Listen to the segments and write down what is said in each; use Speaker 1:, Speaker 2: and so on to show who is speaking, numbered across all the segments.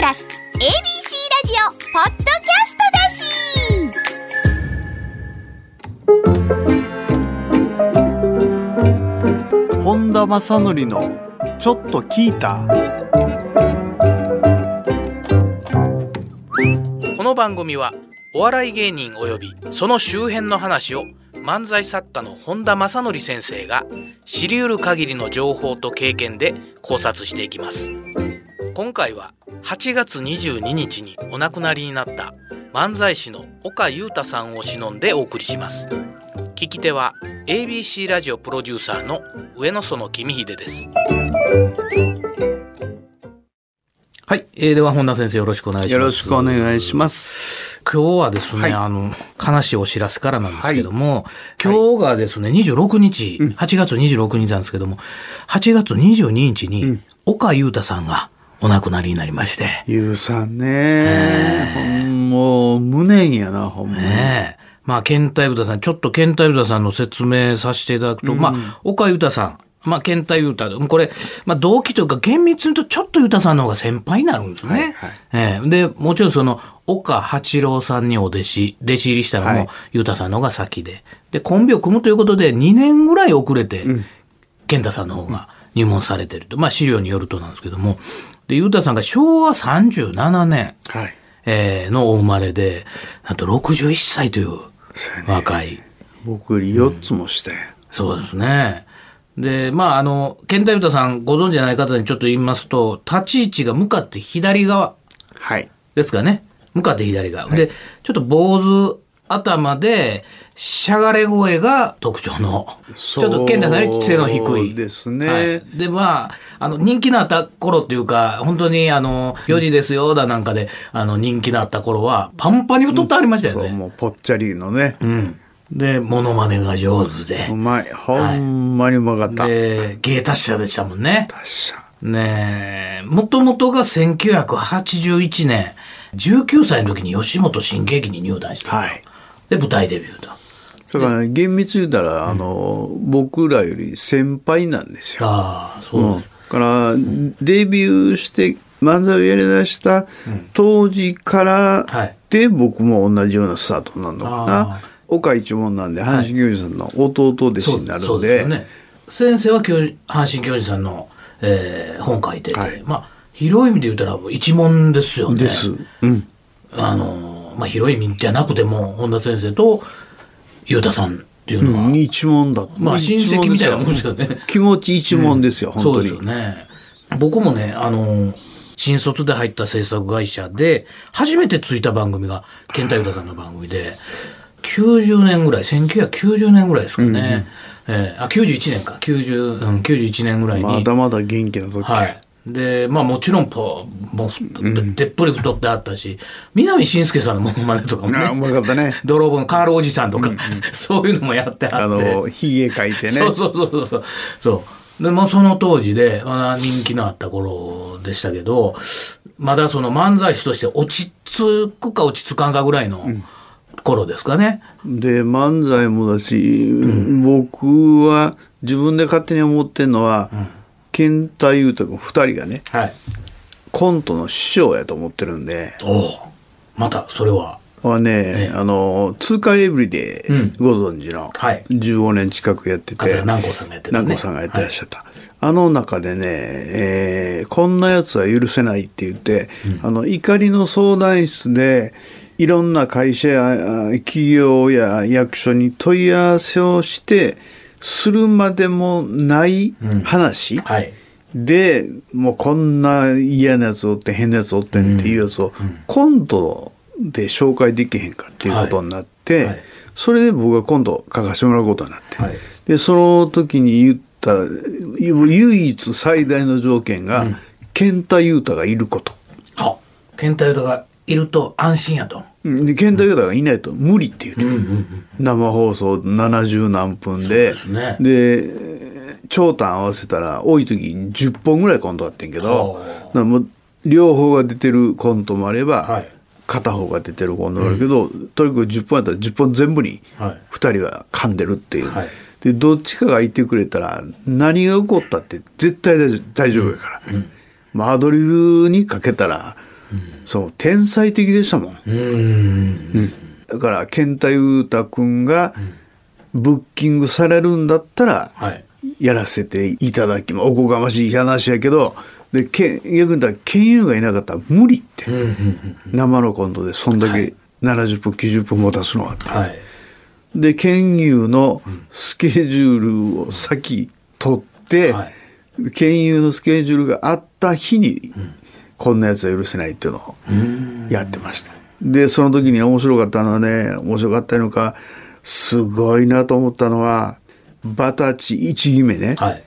Speaker 1: ラス ABC ラジオポッドキャストだし
Speaker 2: 本田正則のちょっと聞いた
Speaker 3: この番組はお笑い芸人及びその周辺の話を漫才作家の本田正則先生が知り得る限りの情報と経験で考察していきます今回は8月22日にお亡くなりになった漫才師の岡裕太さんを忍んでお送りします聞き手は ABC ラジオプロデューサーの上野園君秀ですはい、えー、では本田先生よろしくお願いします
Speaker 2: よろしくお願いします
Speaker 3: 今日はですね、
Speaker 2: はい
Speaker 3: あの、悲しいお知らせからなんですけども、今日がですね、26日、8月26日なんですけども、8月22日に、岡裕太さんがお亡くなりになりまして、
Speaker 2: ゆうさんねほんもう無念やなほんま
Speaker 3: ねえまあ、健太裕太さん、ちょっと健太裕太さんの説明させていただくと、まあ、岡裕太さん、まあ、健太裕太、これ、まあ、同期というか、厳密に言うと、ちょっと裕太さんの方が先輩になるんですよね。ええで、もちろんその、岡八郎さんにお弟子、弟子入りしたのも、
Speaker 2: はい
Speaker 3: 裕太さんの方が先で。で、コンビを組むということで、2年ぐらい遅れて、健太さんの方が入門されてると。まあ、資料によるとなんですけども。で、裕太さんが昭和37年、
Speaker 2: はい
Speaker 3: えーのお生まれで、なんと61歳という
Speaker 2: そうやね
Speaker 3: 若い。
Speaker 2: 僕より4つもして、
Speaker 3: そうですね。で、まあ、あの、健太裕太さんご存知ない方にちょっと言いますと、立ち位置が向かって左側
Speaker 2: はい
Speaker 3: ですかね。向かって左側。で、ちょっと坊主頭で、しゃがれ声が特徴の、ちょっと健太さんより背の低
Speaker 2: そう
Speaker 3: い。
Speaker 2: ですね
Speaker 3: はいで、まあ、あの、人気のあった頃っていうか、本当に、あの、4時ですよ、だなんかで、あの、人気のあった頃は、パンパンに太ってありましたよ
Speaker 2: そ
Speaker 3: ね。
Speaker 2: うもうぽっちゃりのね、う
Speaker 3: で、モノマネが上手で、
Speaker 2: まいほんまにうまかった、
Speaker 3: で、芸達者でしたもんね。
Speaker 2: 達者
Speaker 3: ねえ、もともとが1981年、19歳の時に吉本新喜劇に入団して、
Speaker 2: はい
Speaker 3: で、舞台デビューと。
Speaker 2: だから、ね、厳密に言うたら、あの僕らより先輩なんですよ
Speaker 3: ああ、そうなん
Speaker 2: だ
Speaker 3: です。
Speaker 2: からデビューして漫才をやりだした当時からで僕も同じようなスタートになるのかな、
Speaker 3: あー
Speaker 2: 岡一門なんで阪神・教授さんの弟弟子
Speaker 3: そう
Speaker 2: になる
Speaker 3: そ
Speaker 2: ん
Speaker 3: うです
Speaker 2: で
Speaker 3: よね。先生は教授阪神教授さんの、えー本書いてて、
Speaker 2: はい
Speaker 3: まあ、広い意味で言ったら一問ですよね。
Speaker 2: です、うん、
Speaker 3: あの、まあ、広い意味じゃなくても、本田先生と、裕太さんっていうのは、
Speaker 2: うん一門だ
Speaker 3: まあ親戚みたいなもんですよね
Speaker 2: 一門ですよ気持ち一門ですよ、本
Speaker 3: そ
Speaker 2: 当
Speaker 3: う
Speaker 2: に
Speaker 3: ですよね。僕もね、あの、新卒で入った制作会社で、初めてついた番組が、健太豊さんの番組で、90年ぐらい、1990年ぐらいですかね。えーあ、91年か。90、うん、91年ぐらいに。
Speaker 2: まだまだ元気な時、
Speaker 3: はい。で、まあもちろん、ぽ、もうふ、でっぷり太ってあったし、南信介さんのモノマネとかも
Speaker 2: あうまか
Speaker 3: ね、
Speaker 2: ったね
Speaker 3: 泥棒のカールおじさんとか、 そういうのもやって あ
Speaker 2: あ
Speaker 3: って。
Speaker 2: のひげ描いてね
Speaker 3: そうそうそうそうそう。そうでもうその当時で、まあ、人気のあった頃でしたけど、まだその漫才師として落ち着くか落ち着かんかぐらいの頃ですかね。
Speaker 2: で漫才もだし、僕は自分で勝手に思ってんのは、健太裕太君2人がね
Speaker 3: はい。
Speaker 2: コントの師匠やと思ってるんで
Speaker 3: おお。また、それは。
Speaker 2: はね、あの通貨エブリデ
Speaker 3: うん
Speaker 2: イご存知の、
Speaker 3: はい
Speaker 2: 15年近くやってて
Speaker 3: 桂南光さんがやってたね
Speaker 2: 南光さんがやってらっしゃった、あの中でね、えーこんなやつは許せないって言って、あの怒りの相談室でいろんな会社やあ企業や役所に問い合わせをしてするまでもない話、
Speaker 3: はい。
Speaker 2: でもうこんな嫌なやつおって変なやつおってんっていうやつをコントで紹介できへんかっていうことになって、
Speaker 3: はいはい
Speaker 2: それで僕が今度書かせてもらうことになって、
Speaker 3: はい
Speaker 2: でその時に言った唯一最大の条件が、健太裕太がいること
Speaker 3: は。健太豊がいると安心やと。
Speaker 2: うんで健太裕太がいないと無理って言って、生放送70何分で
Speaker 3: そうですね
Speaker 2: で長短合わせたら多い時10本ぐらいコントあってんけど
Speaker 3: はあ
Speaker 2: だからもう両方が出てるコントもあれば、
Speaker 3: はい
Speaker 2: 片方が出てるコントもあるけど、とにかく10本やったら10本全部に
Speaker 3: はい
Speaker 2: 2人は噛んでるっていう、
Speaker 3: はい
Speaker 2: でどっちかがいてくれたら何が起こったって絶対大丈夫大丈夫やから、まあアドリブにかけたら、そう天才的でしたもん。
Speaker 3: うん。
Speaker 2: だから健太裕太君がブッキングされるんだったら
Speaker 3: はい。
Speaker 2: やらせていただきますおこがましい話やけどでけ逆に言ったら健友がいなかったら無理って、
Speaker 3: うんうんうん。
Speaker 2: 生のコントでそんだ
Speaker 3: は
Speaker 2: け
Speaker 3: い
Speaker 2: 70分90分持たすのはって。
Speaker 3: はい。
Speaker 2: で健友のスケジュールを先取って、
Speaker 3: はい
Speaker 2: 健友のスケジュールがあった日に、こんなやつは許せないっていうのを
Speaker 3: うん。
Speaker 2: やってました。でその時に面白かったのはね面白かったのかすごいなと思ったのはバタチ一決めね、
Speaker 3: はい。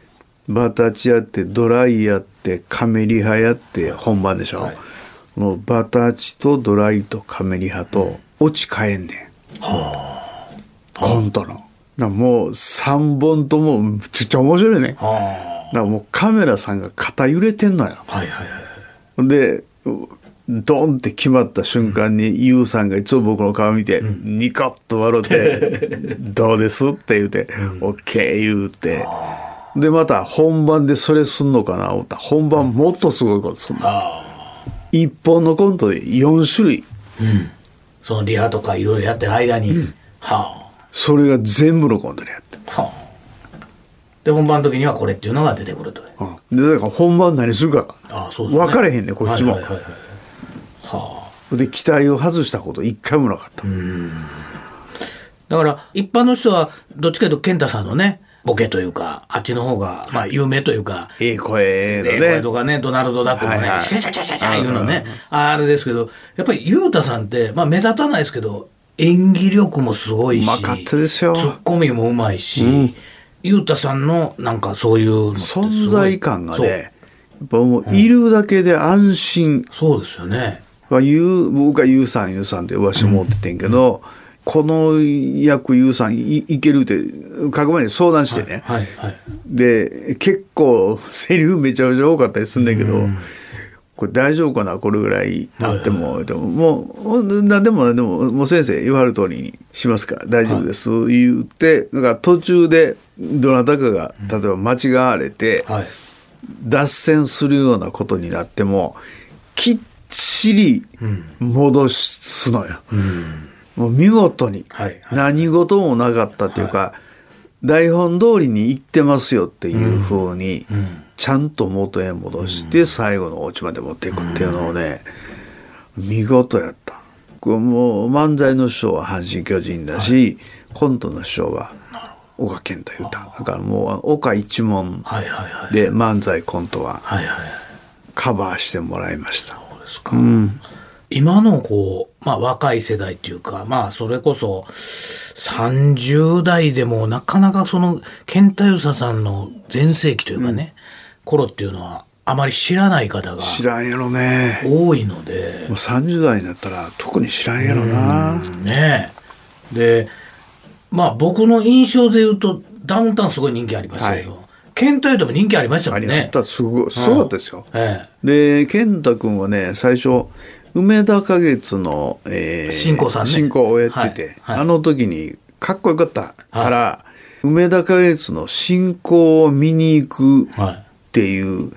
Speaker 2: バタチやってドライやってカメリハやって本番でしょ、
Speaker 3: はい
Speaker 2: このバタチとドライとカメリハと落ち変えんねん、コントのだからもう3本ともめちゃくちゃ面白いねだか
Speaker 3: あ
Speaker 2: らもうカメラさんが肩揺れてんのよ
Speaker 3: あ。はいはいはい。
Speaker 2: でドンって決まった瞬間にユウさんがいつも僕の顔見て、ニコッと笑 って「どうです?」って言うて「オッケー言うてでまた本番でそれすんのかな思った本番もっとすごいことすんの
Speaker 3: ああ。
Speaker 2: 一本のコントで4種類
Speaker 3: そのリハとかいろいろやってる間に。はあ。
Speaker 2: それが全部のコントでやって、
Speaker 3: はあ。で、本番の時にはこれっていうのが出てくるという。
Speaker 2: うん、でだから本番何するか
Speaker 3: ああ、そうですね。
Speaker 2: 分かれへんねこっちも、
Speaker 3: はいはいはいはいはあ。
Speaker 2: で期待を外したこと一回もなかった、
Speaker 3: だから一般の人はどっちかというと健太さんのねボケというかあっちの方がまあ有名というか、
Speaker 2: ええ声
Speaker 3: ね、
Speaker 2: の
Speaker 3: これ
Speaker 2: ね
Speaker 3: とかねドナルド・ダックの
Speaker 2: はいは
Speaker 3: ね
Speaker 2: い
Speaker 3: 「シャシャシャシャシャ」いうのねあれですけどやっぱり裕太さんってまあ目立たないですけど演技力もすごいし
Speaker 2: うまかったですよ
Speaker 3: ツッコミもうまいし裕太、さんのなんかそういうのってすごい
Speaker 2: 存在感がねやっぱもういるだけで安心
Speaker 3: そうそうですよね
Speaker 2: が言う僕は YOU さん YOU さんって呼ばしてもっててんけど、この役 YOU さんいいけるって書く前に相談してね、
Speaker 3: はいはい
Speaker 2: で結構セリフめちゃめちゃ多かったりするんだけど、これ大丈夫かなこれぐらいあっても、でももう何でも何でももう先生言われる通りにしますから大丈夫です、言ってなんか途中でどなたかが例えば間違われて、
Speaker 3: はい
Speaker 2: 脱線するようなことになってもきっちり戻すのよ、もう見事に、
Speaker 3: はいはい
Speaker 2: 何事もなかったというか、台本通りに行ってますよっていうふうに、ちゃんと元へ戻して最後のお家まで持っていくっていうのをね、見事やったこれもう漫才の師匠は阪神・巨人だし、コントの師匠は岡健太言うただからもうあの岡一門
Speaker 3: はいはいはい
Speaker 2: で漫才コントは
Speaker 3: はいはい
Speaker 2: カバーしてもらいました。
Speaker 3: そうですか、今のこう、まあ、若い世代っていうかまあそれこそ30代でもなかなかその健太ゆささんの全盛期というかね、頃っていうのはあまり知らない方が
Speaker 2: 知らんやろね。
Speaker 3: 多いので
Speaker 2: もう30代になったら特に知らんやろな。
Speaker 3: ねえでまあ僕の印象で言うとダウンタウンすごい人気ありましたけど、健太ゆでも人気ありましたも
Speaker 2: あ
Speaker 3: ん
Speaker 2: り
Speaker 3: ね
Speaker 2: まし。た。すごい、すごかったですよ。
Speaker 3: え
Speaker 2: で、健太くんはね、最初、梅田花月の、えー
Speaker 3: 新婚さんね
Speaker 2: 新婚をやってて、
Speaker 3: はいはい
Speaker 2: あの時にかっこよかったから、梅田花月の新婚を見に行く
Speaker 3: えはい
Speaker 2: っていう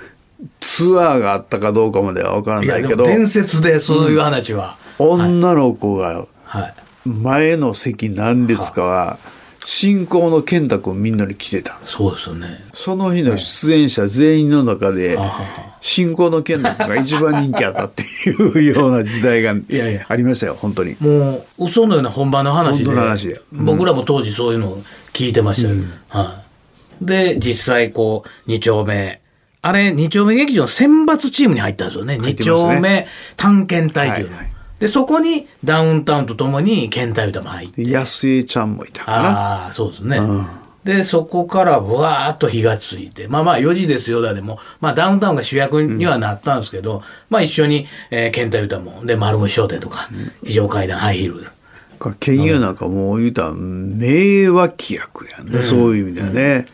Speaker 2: ツアーがあったかどうかまでは分から
Speaker 3: い
Speaker 2: な
Speaker 3: や
Speaker 2: い
Speaker 3: で
Speaker 2: け
Speaker 3: も
Speaker 2: ど、
Speaker 3: 伝説でそういう話は、
Speaker 2: 女の子が
Speaker 3: はい
Speaker 2: 前の席何列かは進行の健太君みんなに来てた
Speaker 3: そうですよね
Speaker 2: その日の出演者全員の中で
Speaker 3: あはは
Speaker 2: 進行の健太君が一番人気あったっていうような時代が
Speaker 3: いやいや
Speaker 2: ありましたよ本当に
Speaker 3: もう嘘のような本番の話で
Speaker 2: 本当の話でうん
Speaker 3: 僕らも当時そういうのを聞いてましたよ、はい、で実際こう2丁目あれ2丁目劇場の選抜チームに入ったんですよね
Speaker 2: 入っ
Speaker 3: 2
Speaker 2: てますね
Speaker 3: 丁目探検隊というの、
Speaker 2: はいはい
Speaker 3: でそこにダウンタウンとともに健太歌も入って
Speaker 2: 安江ちゃんもいたかな
Speaker 3: ああそうですね、でそこからわーっと火がついてまあまあ4時ですよだでも、まあ、ダウンタウンが主役にはなったんですけど、まあ一緒に、えー、健太歌もで丸虫商店とか、非常階段ハイヒール
Speaker 2: か健友なんかもう言うたら名脇役やね、そういう意味ではね、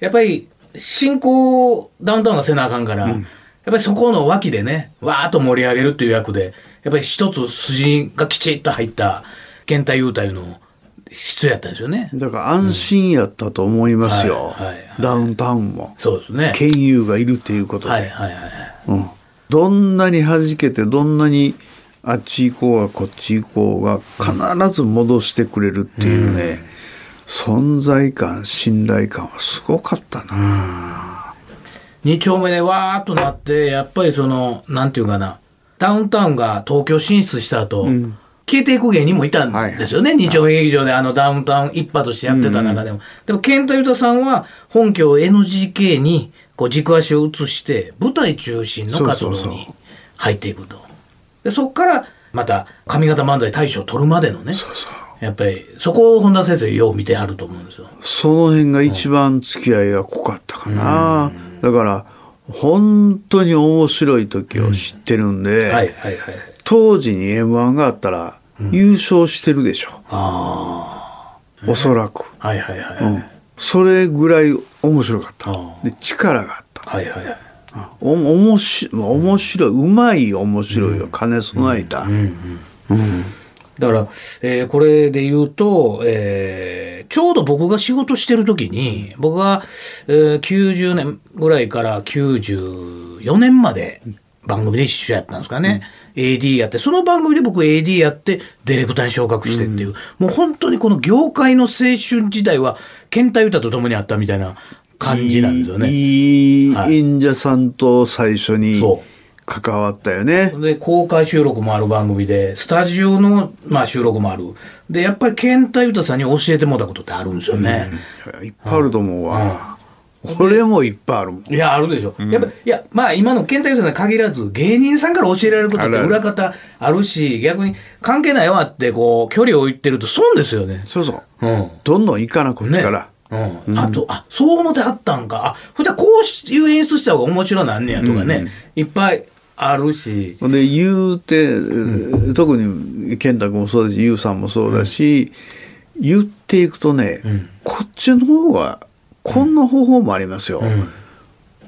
Speaker 3: やっぱり進行をダウンタウンがせなあかんから、やっぱりそこの脇でね、わーっと盛り上げるっていう役で、やっぱり一つ筋がきちっと入った、健太優太いうの必要やったんですよね。
Speaker 2: だから安心やったと思いますよ、
Speaker 3: うんはいはいはい
Speaker 2: ダウンタウンも
Speaker 3: そうですね。
Speaker 2: 健友がいるっていうことで、
Speaker 3: はいはいはい。
Speaker 2: うんどんなに弾けてどんなにあっち行こうがこっち行こうが必ず戻してくれるっていうね、存在感信頼感はすごかったな、
Speaker 3: 2丁目でわーっとなって、やっぱりその、なんていうかな、ダウンタウンが東京進出した後、消えていく芸人もいたんですよね、二丁目劇場であのダウンタウン一派としてやってた中でも。でも、健太豊さんは本拠を NGK にこう軸足を移して、舞台中心の活動
Speaker 2: そうそうそ
Speaker 3: に入っていくと。でそこから、また、上方漫才大賞を取るまでのね、
Speaker 2: そうそう
Speaker 3: やっぱり、そこを本田先生よう見てはると思うんですよ。
Speaker 2: その辺が一番付き合いが濃かったかな、だから本当に面白い時を知ってるんで、
Speaker 3: はいはいはい。
Speaker 2: 当時に m 1があったら優勝してるでしょ、
Speaker 3: あ
Speaker 2: おそらく、
Speaker 3: あ。はいはいはい。
Speaker 2: うん、それぐらい面白かった
Speaker 3: ああ
Speaker 2: で力があった
Speaker 3: はいはいはい。
Speaker 2: おおもし面白いうまい面白いを兼ね備えた、
Speaker 3: だから、えーこれで言うと、えーちょうど僕が仕事してる時に、僕が、えー90年ぐらいから94年まで番組で一緒やったんですかね。AD やって、その番組で僕 AD やって、ディレクターに昇格してっていう、もう本当にこの業界の青春時代は、健太歌と共にあったみたいな感じなんですよね。
Speaker 2: いい
Speaker 3: はい
Speaker 2: 演者さんと最初に
Speaker 3: そ
Speaker 2: 関わったよね
Speaker 3: で公開収録もある番組でスタジオの、まあ、収録もあるでやっぱり健太豊さんに教えてもらったことってあるんですよね、
Speaker 2: いっぱいあると思うわ、俺もいっぱいあるもん
Speaker 3: いやあるでしょ、やっぱいやまあ今の健太豊さんに限らず芸人さんから教えられることって裏方あるし逆に関係ないわってこう距離を置いてると損ですよね
Speaker 2: そうそう
Speaker 3: うん
Speaker 2: どんどん行かなこっちから、
Speaker 3: うん、あと、あ、そう思ってあったんか。あ、ほんじゃこういう演出した方が面白なんねやとかね、いっぱいあるし。
Speaker 2: で言うて、特に健太君もそうだし優さんもそうだし、言っていくとね、こっちの方がこんな方法もありますよ、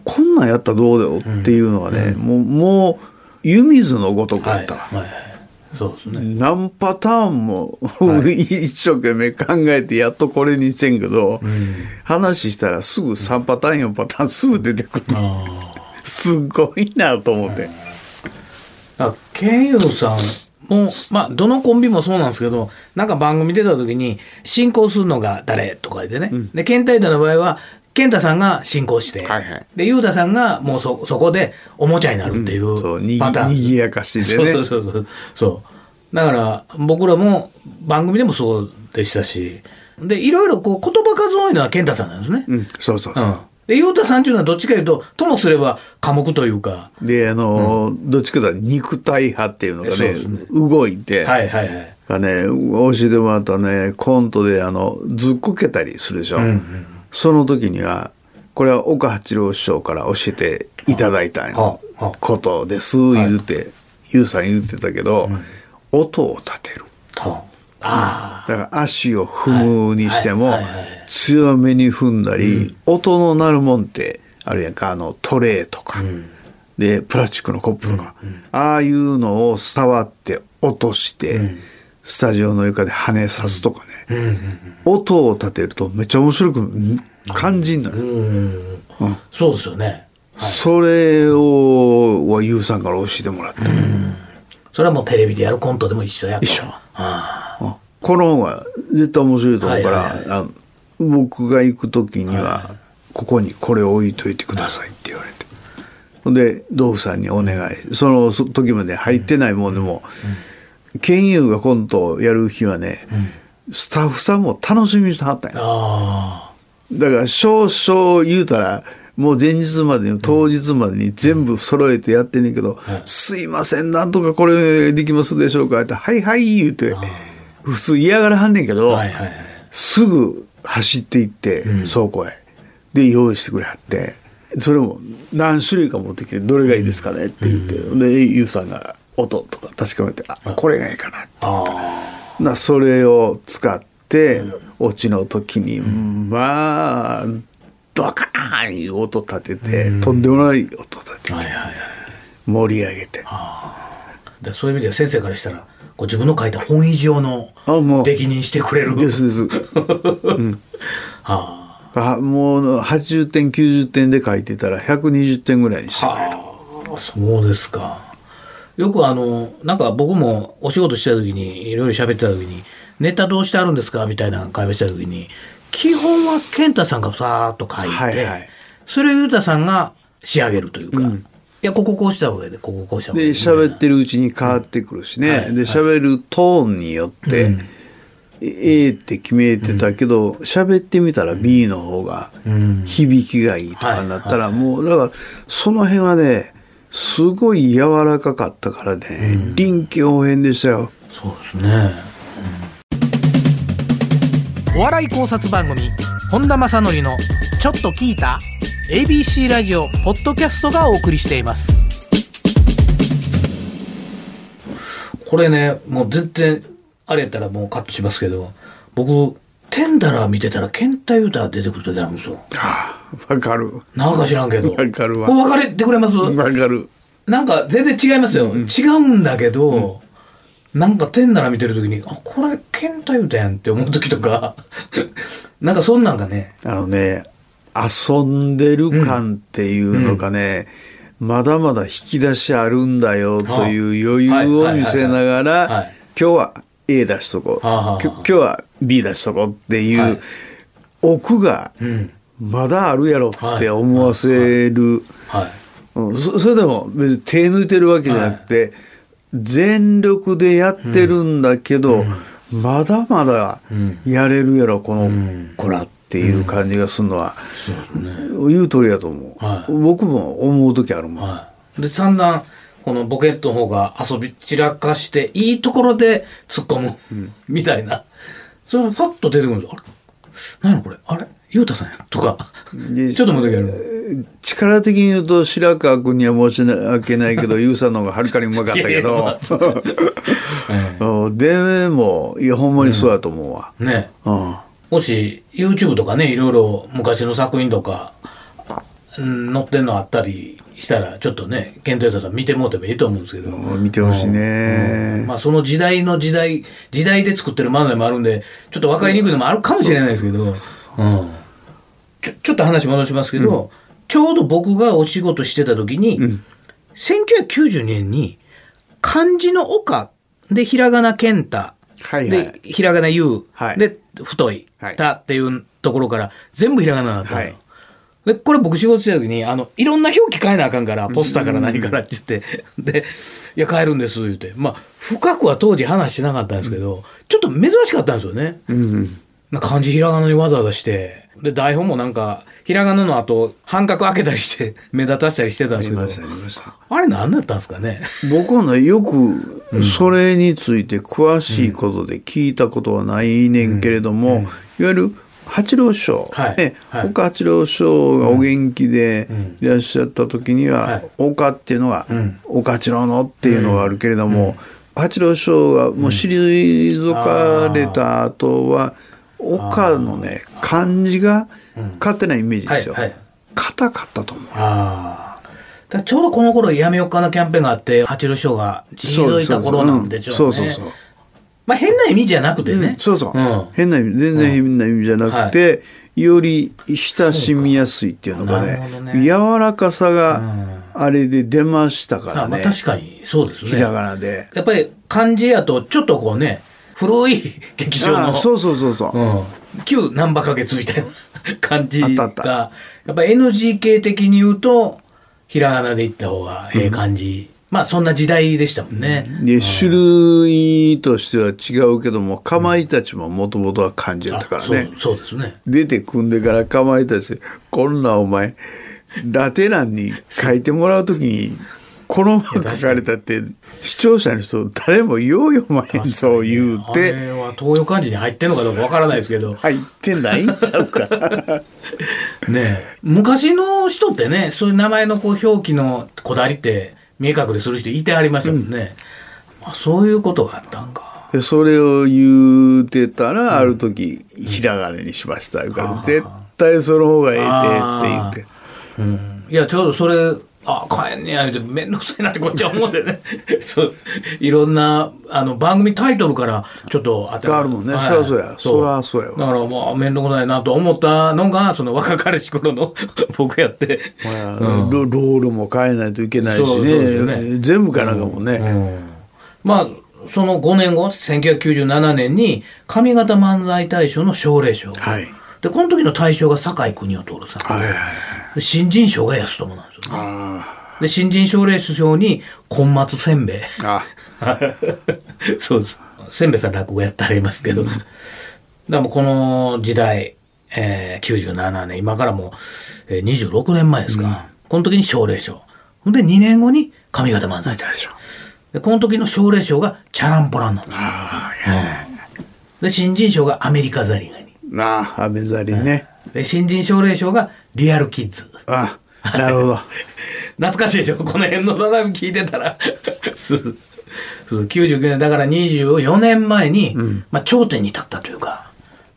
Speaker 2: こんなんやったらどうだよっていうのはね、もうもう湯水のごとくだったわ、
Speaker 3: はいはい、そうですね。
Speaker 2: 何パターンも、 一生懸命考えてやっとこれにしてんけど、話したらすぐ3パターン4パターンすぐ出てくる、 すごいなと思って。
Speaker 3: あケンユーさんも、まあ、どのコンビもそうなんですけど、なんか番組出た時に、進行するのが誰とかでね。で、ケンタユダの場合は、ケンタさんが進行して、
Speaker 2: はいはい
Speaker 3: で、ユーダさんがもうそ、そこでおもちゃになるってい
Speaker 2: そう
Speaker 3: う
Speaker 2: に
Speaker 3: パターン。
Speaker 2: にぎやかしでね
Speaker 3: そうそうそうそう。そう。だから、僕らも番組でもそうでしたし、で、いろいろこう、言葉数多いのはケンタさんなんですね。
Speaker 2: うん、そうそうそう。
Speaker 3: で、ユーダさんっていうのはどっちかいうと、ともすれば寡黙というか、
Speaker 2: で、あのー、どっちかというと肉体派っていうのが
Speaker 3: そう
Speaker 2: ね、
Speaker 3: ですね
Speaker 2: 動いて、
Speaker 3: はいはいはい。
Speaker 2: がね、教えてもらったね、コントであの、ずっこけたりするでしょ。その時には、これは岡八郎師匠から教えていただいたん
Speaker 3: は
Speaker 2: よ
Speaker 3: あはあ
Speaker 2: ことです、言うて、ゆうさん言うてたけど、音を立てる。
Speaker 3: はああ。
Speaker 2: だから足を踏むにしても
Speaker 3: はいはいはいはい
Speaker 2: 強めに踏んだり音の鳴るもんってあるやんかあのトレーとかでプラスチックのコップとかああいうのを触って落としてスタジオの床で跳ねさすとかね音を立てるとめっちゃ面白く感じになる
Speaker 3: うんそうですよね。
Speaker 2: それをはゆうさんから教えてもらった
Speaker 3: それはもうテレビでやるコントでも一緒やと。
Speaker 2: 一緒
Speaker 3: あ
Speaker 2: あこの方が絶対面白いと思うから、
Speaker 3: はいはい
Speaker 2: あの僕が行く時にはここにこれを置いといてくださいって言われて、ほんで道具さんにお願いそのそ時まで入ってないもんでも、県有がコントをやる日はね、スタッフさんも楽しみにしてはったんや
Speaker 3: あ
Speaker 2: だから少々言うたらもう前日までに当日までに全部揃えてやってんねんけど「すいませんなんとかこれできますでしょうか」って「はいはい」言うて普通嫌がらはんねんけど、
Speaker 3: あ。はいはいはい。
Speaker 2: すぐ走って行って倉庫へ、で用意してくれはってそれも何種類か持ってきて「どれがいいですかね?」って言って、でゆうさんが音とか確かめて「あこれがいいかな」って。
Speaker 3: ああ。
Speaker 2: なそれを使ってオチの時に、まあドカーンいう音立てて、とんでもない音立てて、
Speaker 3: はいはいはい。
Speaker 2: 盛り上げて
Speaker 3: でそういう意味では先生からしたら、こう自分の書いた本以上の
Speaker 2: あもう
Speaker 3: 出来にしてくれる。
Speaker 2: ですです
Speaker 3: あ
Speaker 2: あもう80点90点で書いてたら120点ぐらいにしてくれる
Speaker 3: あ。そうですか。よくあの、なんか僕もお仕事してた時に、いろいろ喋ってた時に、ネタどうしてあるんですかみたいな会話してた時に、基本は健太さんがさーっと書いて、
Speaker 2: はいはい
Speaker 3: それをゆうたさんが仕上げるというか、いや、こここうした方がいいで、こここうした方がいい
Speaker 2: で
Speaker 3: みたいな。
Speaker 2: 喋ってるうちに変わってくるしね、
Speaker 3: はい
Speaker 2: で喋るトーンによって、A って決めてたけど喋ってみたら B の方が
Speaker 3: うん
Speaker 2: 響きがいいとかになったら、もうだからその辺はねすごい柔らかかったからね、臨機応変でしたよ。
Speaker 3: そうですね。
Speaker 4: お笑い考察番組本田正則の「ちょっと聞いた?」ABC ラジオポッドキャストがお送りしています
Speaker 3: これね、もう全然、あれやったらもうカットしますけど、僕、テンダラー見てたら、健太ゆうた出てくる時あるんですよ。
Speaker 2: ああわかる
Speaker 3: なんか知らんけど。
Speaker 2: わかるわ
Speaker 3: これ分かれてくれます
Speaker 2: わかる。
Speaker 3: なんか全然違いますよ。違うんだけど、なんか天なら見てる時に、あ、これ、ケンタユータやんって思う時とか、 なんかそんなんがね、
Speaker 2: あのね、遊んでる感っていうのかね、まだまだ引き出しあるんだよという
Speaker 3: はあ
Speaker 2: 余裕を見せなが
Speaker 3: はいはいはいはいは
Speaker 2: ら
Speaker 3: い、
Speaker 2: 今日は A 出しとこう、
Speaker 3: はあはあはあ
Speaker 2: きょ今日は B 出しとこうっていう、
Speaker 3: はい
Speaker 2: 奥が
Speaker 3: うん、
Speaker 2: まだあるやろって思わせる。
Speaker 3: はい。
Speaker 2: うんそそれでも別に手抜いてるわけじゃなくて、全力でやってるんだけど、まだまだやれるやろこの子らっていう感じがするのは、言う通りやと思う、
Speaker 3: はい
Speaker 2: 僕も思う時あるもん、
Speaker 3: はい。で、散々、このボケットの方が遊び散らかして、いいところで突っ込む、みたいな。それがパッと出てくるんですよ。あれ何やこれあれゆうたさんやとか。
Speaker 2: で
Speaker 3: ちょっと待ってくれる。
Speaker 2: 力的に言うと白川君には申し訳ない けど優さんの方がはるかにうまかった
Speaker 3: いや
Speaker 2: け
Speaker 3: いやま
Speaker 2: ど
Speaker 3: あそ
Speaker 2: うんでもいやほんまにそうやと思うわ、
Speaker 3: ね。
Speaker 2: うん
Speaker 3: もし YouTube とかねいろいろ昔の作品とかうん載ってんのあったりしたらちょっとね健太さん見てもうてもいいと思うんですけど、
Speaker 2: 見てほしいね、
Speaker 3: まあその時代の時代時代で作ってる漫才もあるんでちょっと分かりにくいのもあるかもしれないですけどうんちょちょっと話戻しますけど、ちょうど僕がお仕事してた時に、1992年に漢字の岡でひらがな健太
Speaker 2: はいはい
Speaker 3: でひらがなゆう、
Speaker 2: はい
Speaker 3: で、太い、
Speaker 2: はい
Speaker 3: たっていうところから、全部ひらがなだったのよ、
Speaker 2: はい
Speaker 3: で、これ僕仕事してた時に、あの、いろんな表記変えなあかんから、ポスターから何からって言って、で、いや、変えるんです、言って。まあ、深くは当時話してなかったんですけど、ちょっと珍しかったんですよね。な漢字ひらがなにわざわざして、で、台本もなんか、ひらがなの後、半角開けたりして、目立たせたりしてた
Speaker 2: あ
Speaker 3: んです
Speaker 2: り
Speaker 3: けど
Speaker 2: ま、したありました
Speaker 3: あれ何だったんですかね。
Speaker 2: 僕はねよくそれについて詳しいことで聞いたことはないねんけれども、いわゆる八郎師匠、
Speaker 3: はい
Speaker 2: ね
Speaker 3: はい
Speaker 2: 岡八郎師匠がお元気でいらっしゃった時には、
Speaker 3: はい
Speaker 2: 岡っていうのは、
Speaker 3: ん
Speaker 2: 岡八郎のっていうのがあるけれども、八郎師匠がもう退かれた後は、岡のね漢字が勝手なイメージですよ。
Speaker 3: はいはい
Speaker 2: 硬かったと思う
Speaker 3: ああ。だからちょうどこの頃、やめよっかなキャンペーンがあって、八郎師匠が退いた頃なんでしょうね。
Speaker 2: そうそうそううんそうそうそう
Speaker 3: まあ変な意味じゃなくてね。
Speaker 2: そうそう、
Speaker 3: ん
Speaker 2: 変な意味全然変な意味じゃなくて、より親しみやすいっていうのが
Speaker 3: そうかなる
Speaker 2: ね
Speaker 3: ほどね
Speaker 2: 柔らかさがあれで出ましたか
Speaker 3: さあ
Speaker 2: ら
Speaker 3: まあ
Speaker 2: ね、
Speaker 3: 確かに、そうですね。
Speaker 2: ひらが
Speaker 3: や
Speaker 2: なで。
Speaker 3: っぱり漢字やと、ちょっとこうね、古い 劇場
Speaker 2: あ
Speaker 3: の、
Speaker 2: あそうそうそうそう、
Speaker 3: うん、旧難波花月みたいな 感じが、
Speaker 2: あ
Speaker 3: や
Speaker 2: っ
Speaker 3: った
Speaker 2: あ
Speaker 3: ぱ NGK 的に言うと、ひらがなで言った方がええ感じ。まあそんな時代でしたもんね。
Speaker 2: で種類としては違うけどもかまいたちももともとは漢字だ
Speaker 3: あ
Speaker 2: ったから
Speaker 3: そ
Speaker 2: ね、
Speaker 3: うそうですね。
Speaker 2: 出てくんでからかまいたちこんなお前ラテ欄に書いてもらうときにこのまま書かれたって視聴者の人誰もよう読まへんぞ言う
Speaker 3: あ
Speaker 2: て。
Speaker 3: れは東洋漢字に入ってんのかどうかわからないですけど。
Speaker 2: 入ってないんちゃう か。
Speaker 3: ねえ昔の人ってねそういう名前のこう表記のこだわりって見え隠れする人いてありましたもんね、まあ、そういうことがあったんか
Speaker 2: でそれを言うてたら、ある時、ひらがなにしました。から、絶対その方がええてって言って。
Speaker 3: いやちょうどそれああ帰んねや言うて面倒くさいなってこっちは思うん でねそういろんなあの番組タイトルからちょっと当て
Speaker 2: 変わるもんねそらそうやそらそうやわ
Speaker 3: だからもう面倒くさいなと思ったのがその若かりし頃の 僕やって
Speaker 2: まあロロールも変えないといけないし
Speaker 3: そうそうですよね
Speaker 2: ね全部かなんかもね、
Speaker 3: まあその5年後1997年に上方漫才大賞の奨励賞、
Speaker 2: はい
Speaker 3: でこの時の大賞が酒井邦夫徹さん、
Speaker 2: はいはい
Speaker 3: で新人賞が安友なんですよね、
Speaker 2: あ
Speaker 3: で新人奨励賞に根松せんべい
Speaker 2: ーあ
Speaker 3: そうですせんべいさん落語やってありますけどだからもうこの時代、えー、97年今からもうえー26年前ですか、この時に奨励賞ほんで2年後に上方漫才大賞でこの時の奨励賞がチャランポランなんですよで新人賞がアメリカザリガニ
Speaker 2: なあ雨ざりね、
Speaker 3: で新人奨励賞がリアルキッズ
Speaker 2: あなるほ ど
Speaker 3: 懐かしいでしょこの辺の並び聞いてたらすそう99年だから24年前に、まあ、頂点に立ったというか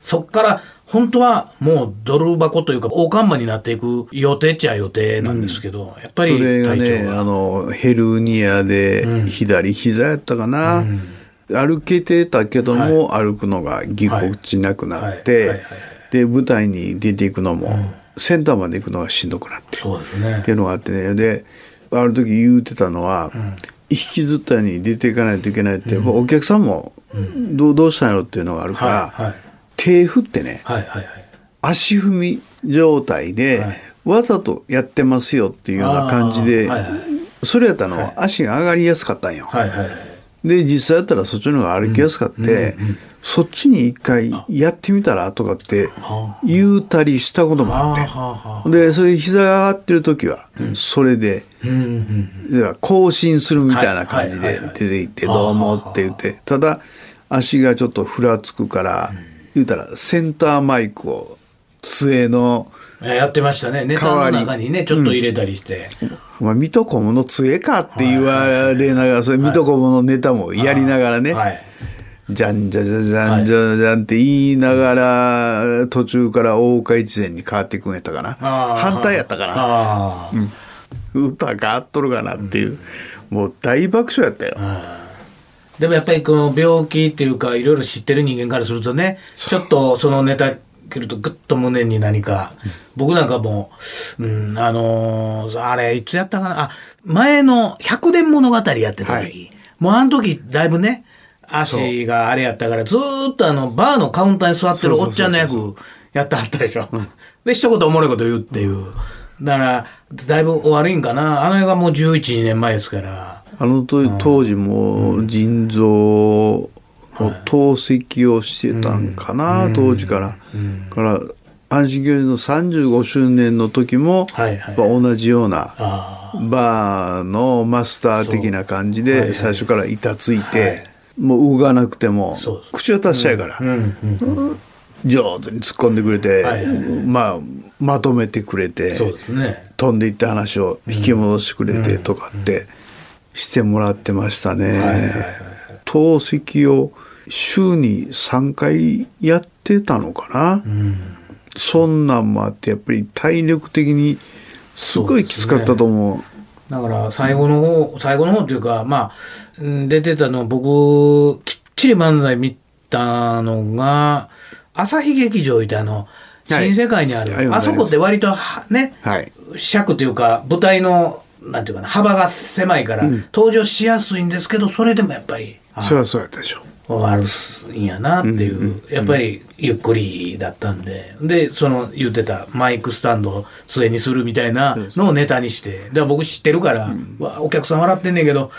Speaker 3: そっから本当はもうドル箱というか大看板になっていく予定っちゃ予定なんですけど、やっぱ
Speaker 2: そ
Speaker 3: り
Speaker 2: れが
Speaker 3: 体調
Speaker 2: ね
Speaker 3: が
Speaker 2: あのヘルニアで左膝やったかな、歩けてたけども、歩くのがぎこちなくなっ
Speaker 3: はい
Speaker 2: て、
Speaker 3: はいはいはい
Speaker 2: で舞台に出ていくのも、センターまで行くのがしんどくなって
Speaker 3: そうですね
Speaker 2: っていうのがあってねである時言うてたのは、引きずったように出ていかないといけないって、もうお客さんもどうどうしたのっていうのがあるから、
Speaker 3: はいはい
Speaker 2: 手振ってね
Speaker 3: はいはいはい
Speaker 2: 足踏み状態で、
Speaker 3: はい
Speaker 2: わざとやってますよっていうような感じで、
Speaker 3: あーはいはい
Speaker 2: それやったのは足が上がりやすかったんよ。
Speaker 3: はいはいはい
Speaker 2: で実際やったらそっちの方が歩きやすかって、そっちに一回やってみたらとかって言うたりしたこともあって。
Speaker 3: あーはあはあ
Speaker 2: でそれ膝が上がってる時はそれで、
Speaker 3: うんうん
Speaker 2: では更新するみたいな感じ
Speaker 3: はい
Speaker 2: で
Speaker 3: はいはい
Speaker 2: 出て行って「どうも」って言ってただ足がちょっとふらつくから言うたらセンターマイクを杖の
Speaker 3: えやってましたねネタの中にねちょっと入れたりして、
Speaker 2: 「お前水戸黄門の杖か」って言われながらそれ水戸黄門のネタもやりながらね
Speaker 3: はい
Speaker 2: 「じゃんじゃじゃじゃんじゃじゃん」って言いながら途中から大岡一善に変わっていくんやったかな
Speaker 3: あー
Speaker 2: 反対やったかな
Speaker 3: あー
Speaker 2: 歌が合っとるかなっていうもう大爆笑やったよ。
Speaker 3: でもやっぱりこの病気っていうかいろいろ知ってる人間からするとねちょっとそのネタ切るとグッと胸に何か僕なんかもう、うん、あのーあれいつやったかなあ前の「百年物語」やってた時、
Speaker 2: はい
Speaker 3: もうあの時だいぶね足があれやったからずーっとあのバーのカウンターに座ってるおっちゃんの役やってはったでしょ。で一言おもろいこと言うっていう。だからだいぶ悪いんかなあの映画もう11年前ですから。
Speaker 2: あのと当時もう腎臓の透析をしてたんかな、当時から。から阪神・教授の35周年の時も、
Speaker 3: はいは
Speaker 2: や
Speaker 3: い
Speaker 2: っぱ同じような
Speaker 3: あー
Speaker 2: バーのマスター的な感じで最初から板ついて、もう動かなくても
Speaker 3: そうです
Speaker 2: 口は達者やから、上手に突っ込んでくれて、
Speaker 3: はいはいはい
Speaker 2: まあ、まとめてくれて。
Speaker 3: そうですね。
Speaker 2: 飛んでいった話を引き戻してくれてとかってしてもらってましたね。透析を週に3回やってたのかな、そんなんもあってやっぱり体力的にすごいきつかったと思う。
Speaker 3: だから最後の方、最後の方というか、まあ、うん出てたの僕、きっちり漫才見たのが、朝日劇場いたあの、
Speaker 2: はい
Speaker 3: 新世界にある、
Speaker 2: あり
Speaker 3: あ
Speaker 2: がと
Speaker 3: そうこ
Speaker 2: ございます
Speaker 3: って割とはね、
Speaker 2: はい。
Speaker 3: 尺というか、舞台の、なんていうかな、幅が狭いから、登場しやすいんですけど、それでもやっぱり、あ
Speaker 2: そりゃそうやったでしょ。
Speaker 3: 悪いんやなっていう、やっぱりゆっくりだったんで、で、その言ってたマイクスタンドを杖にするみたいなのをネタにして、だから僕知ってるから、わお客さん笑ってんねんけど、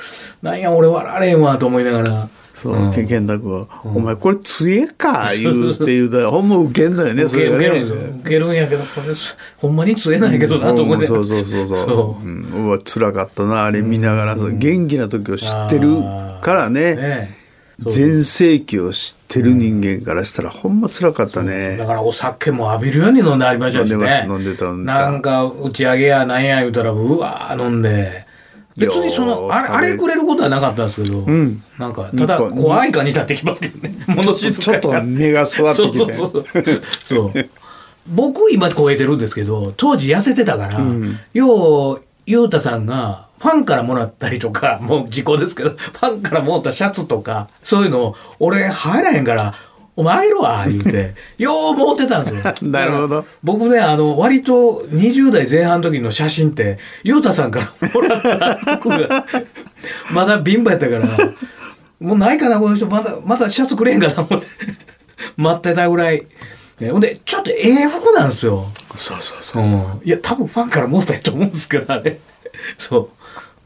Speaker 3: なんや俺笑われへんわと思いながら、
Speaker 2: そう、け健太君は、お前これ杖か言うって言うたら、ほんまウケんだよね、そ
Speaker 3: 受け
Speaker 2: れが
Speaker 3: 受
Speaker 2: ね
Speaker 3: けるんですよ。受けるんやけど、これ、ほんまに杖ないけどなと思いなが
Speaker 2: そ
Speaker 3: ら。
Speaker 2: うそうそうそう
Speaker 3: そう
Speaker 2: う、ん、うわ辛かったなあれ見ながら、そう元気な時を知ってるからね
Speaker 3: ね
Speaker 2: 全盛期を知ってる人間からしたら、ほんま辛かった
Speaker 3: だ
Speaker 2: ね
Speaker 3: からお酒も浴びるように飲んでありましたしね。
Speaker 2: 飲んでました飲んでた飲んでた
Speaker 3: なんか打ち上げやなんや言うたら、うわー飲んで。別にそ
Speaker 2: よ
Speaker 3: の
Speaker 2: ー
Speaker 3: あれあれくれることはなかったんですけど、
Speaker 2: ん
Speaker 3: なんかただ
Speaker 2: ニコニ
Speaker 3: 怖い感じになってきますけどね。も
Speaker 2: ちょ
Speaker 3: の
Speaker 2: ちょ
Speaker 3: 静
Speaker 2: ちょ
Speaker 3: か
Speaker 2: っと
Speaker 3: に
Speaker 2: 目が座って
Speaker 3: そう
Speaker 2: き
Speaker 3: そ
Speaker 2: て
Speaker 3: うそう そう。そう僕今超えてるんですけど当時痩せてたから、よう裕太さんがファンからもらったりとか、 もう時効ですけど、ファンからもらったシャツとか、そういうのを、俺入らへんから、お前入るわ、言 うて、よう持ってたんですよ。
Speaker 2: なるほど。
Speaker 3: 僕ね、あの、割と20代前半の時の写真って、裕太さんからもらった服が、 まだ貧乏やったから、もうないかな、この人、まだ、まだシャツくれへんかな、思って、待ってたぐらい。ねほんで、ちょっとええ服なんですよ。
Speaker 2: そうそう
Speaker 3: う、
Speaker 2: そうん
Speaker 3: いや多分ファンから持ったやと思うんですけどあれそ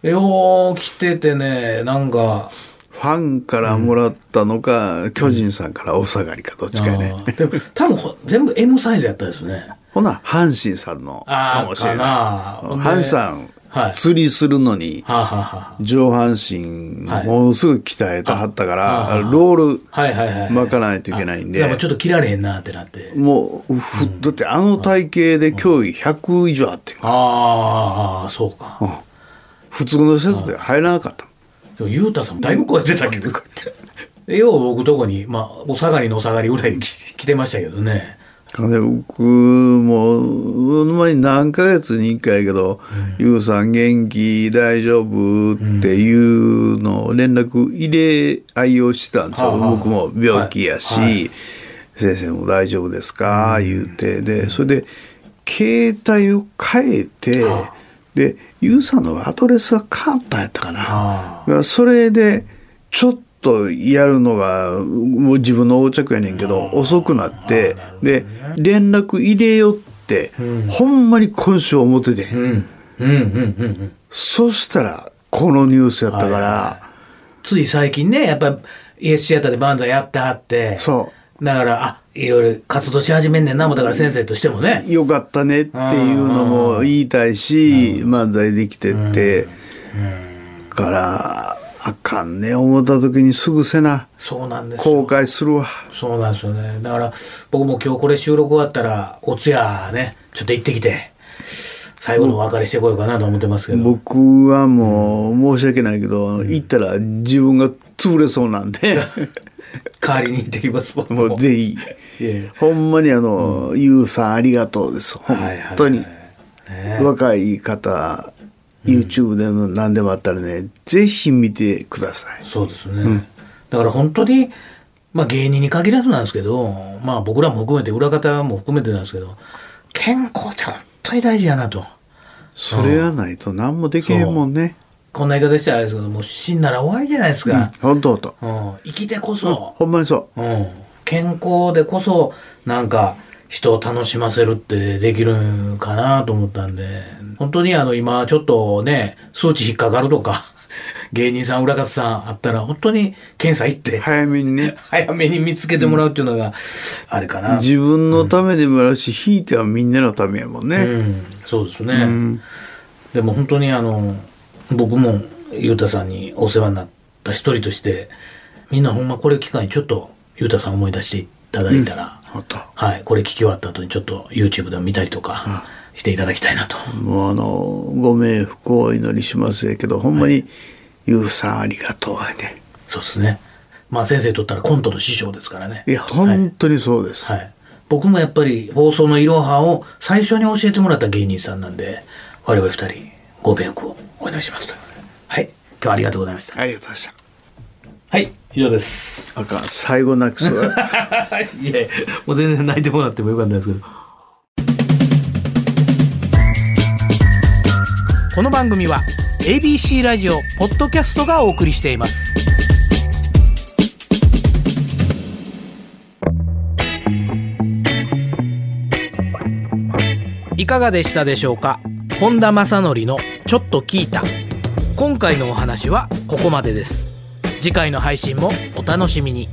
Speaker 3: うよう来ててねなんか
Speaker 2: ファンからもらったのか、巨人さんからお下がりかどっちかやね
Speaker 3: あーでも多分ほ全部 M サイズやったですね
Speaker 2: ほな阪神さんの
Speaker 3: あー
Speaker 2: かもしれな
Speaker 3: か
Speaker 2: い
Speaker 3: な
Speaker 2: うん阪神さん、
Speaker 3: はい
Speaker 2: 釣りするのに
Speaker 3: はあ、はあ
Speaker 2: 上半身
Speaker 3: はい
Speaker 2: ものすごい鍛えたはったから、
Speaker 3: ああ
Speaker 2: ロール
Speaker 3: はい、はいはいはい
Speaker 2: 巻かないといけないん
Speaker 3: いや
Speaker 2: で
Speaker 3: もうちょっと切られへんなってなって
Speaker 2: もうふだってあの体型で脅威100以上あってんから
Speaker 3: あーあーそうか、
Speaker 2: 普通の施設では入らなかった
Speaker 3: でもゆうたさんもだいぶこうやってたけどこうやって よう僕とこにまあお下がりのお下がりぐらいに来来てましたけどね
Speaker 2: で僕もう前に何ヶ月に1回やけど「ゆうさん元気大丈夫?」っていうのを連絡入れ合いをしてたんですよ、
Speaker 3: はあはあ
Speaker 2: 僕も病気やし、
Speaker 3: はいは
Speaker 2: 先生も大丈夫ですか?」言うてでそれで携帯を変えて、
Speaker 3: はあ
Speaker 2: でゆうさんのアドレスが変わったんやったかな。
Speaker 3: あ
Speaker 2: いやそれでちょっとやるのがもう自分の横着やねんけど遅くなってで連絡入れよって、ほんまに今週思ってて、
Speaker 3: あうんうんうんうんうん
Speaker 2: そしたらこのニュースやったから、
Speaker 3: はいはつい最近ね、やっぱり ES シアターで漫才やってはって、。
Speaker 2: そう
Speaker 3: だから、あ、いろいろ活動し始めんねんな、もうだから先生としてもね。
Speaker 2: よかったねっていうのも言いたいし漫才できてってからあかんね思った時にすぐせな
Speaker 3: そうなんですよ
Speaker 2: 後悔するわ
Speaker 3: そうなんですよね。だから、僕も今日これ収録終わったら、お通夜ね、ちょっと行ってきて、最後のお別れしてこようかなと思ってますけど。
Speaker 2: 僕はもう申し訳ないけど、行ったら自分が潰れそうなんで
Speaker 3: 代わりに行ってきます、僕
Speaker 2: もうぜひ
Speaker 3: いやいや
Speaker 2: ほんまにあの、ゆうさんありがとうです本
Speaker 3: はいはいはい
Speaker 2: 当に、
Speaker 3: ね
Speaker 2: 若い方 YouTube でも何でもあったらね、ぜひ見てください
Speaker 3: そうですね、だから本当に、まあ、芸人に限らずなんですけど、まあ、僕らも含めて裏方も含めてなんですけど健康って本当に大事やなと
Speaker 2: それがないと何もできへんもんね
Speaker 3: こんな言い方したらあれですけどもう死んだら終わりじゃないですか、
Speaker 2: 本当と、
Speaker 3: うん生きてこそ、
Speaker 2: ほんまにそう
Speaker 3: うん、健康でこそなんか人を楽しませるってできるんかなと思ったんで本当にあの今ちょっとね数値引っかかるとか 芸人さん裏方さんあったら本当に検査行って、
Speaker 2: 早めにね
Speaker 3: 早めに見つけてもらうっていうのが、あれかな。
Speaker 2: 自分のためでもあるし、ひいてはみんなのためやもんね、
Speaker 3: うん、そうですね。でも本当にあの、僕も、ゆうたさんにお世話になった一人として、みんなほんまこれを機会にちょっと、ゆうたさん思い出していただいたら、
Speaker 2: ほんと
Speaker 3: はい、これ聞き終わった後にちょっと YouTube でも見たりとかしていただきたいなと。
Speaker 2: もうあのご冥福をお祈りしますやけどほんまに「ゆうさんありがとう」はね
Speaker 3: そうですね。まあ先生にとったらコントの師匠ですからね。
Speaker 2: いや本当にそうです、
Speaker 3: はい、僕もやっぱり放送のいろはを最初に教えてもらった芸人さんなんで我々二人ご冥福をお祈りしますとはい今日はありがとうございました
Speaker 2: ありがとうございました
Speaker 3: はい以上です
Speaker 2: あかん最後なくすわ
Speaker 3: いやもう全然泣いてもらってもよかったんですけど
Speaker 4: この番組は ABC ラジオポッドキャストがお送りしていますいかがでしたでしょうか本田正則のちょっと聞いた今回のお話はここまでです次回の配信もお楽しみに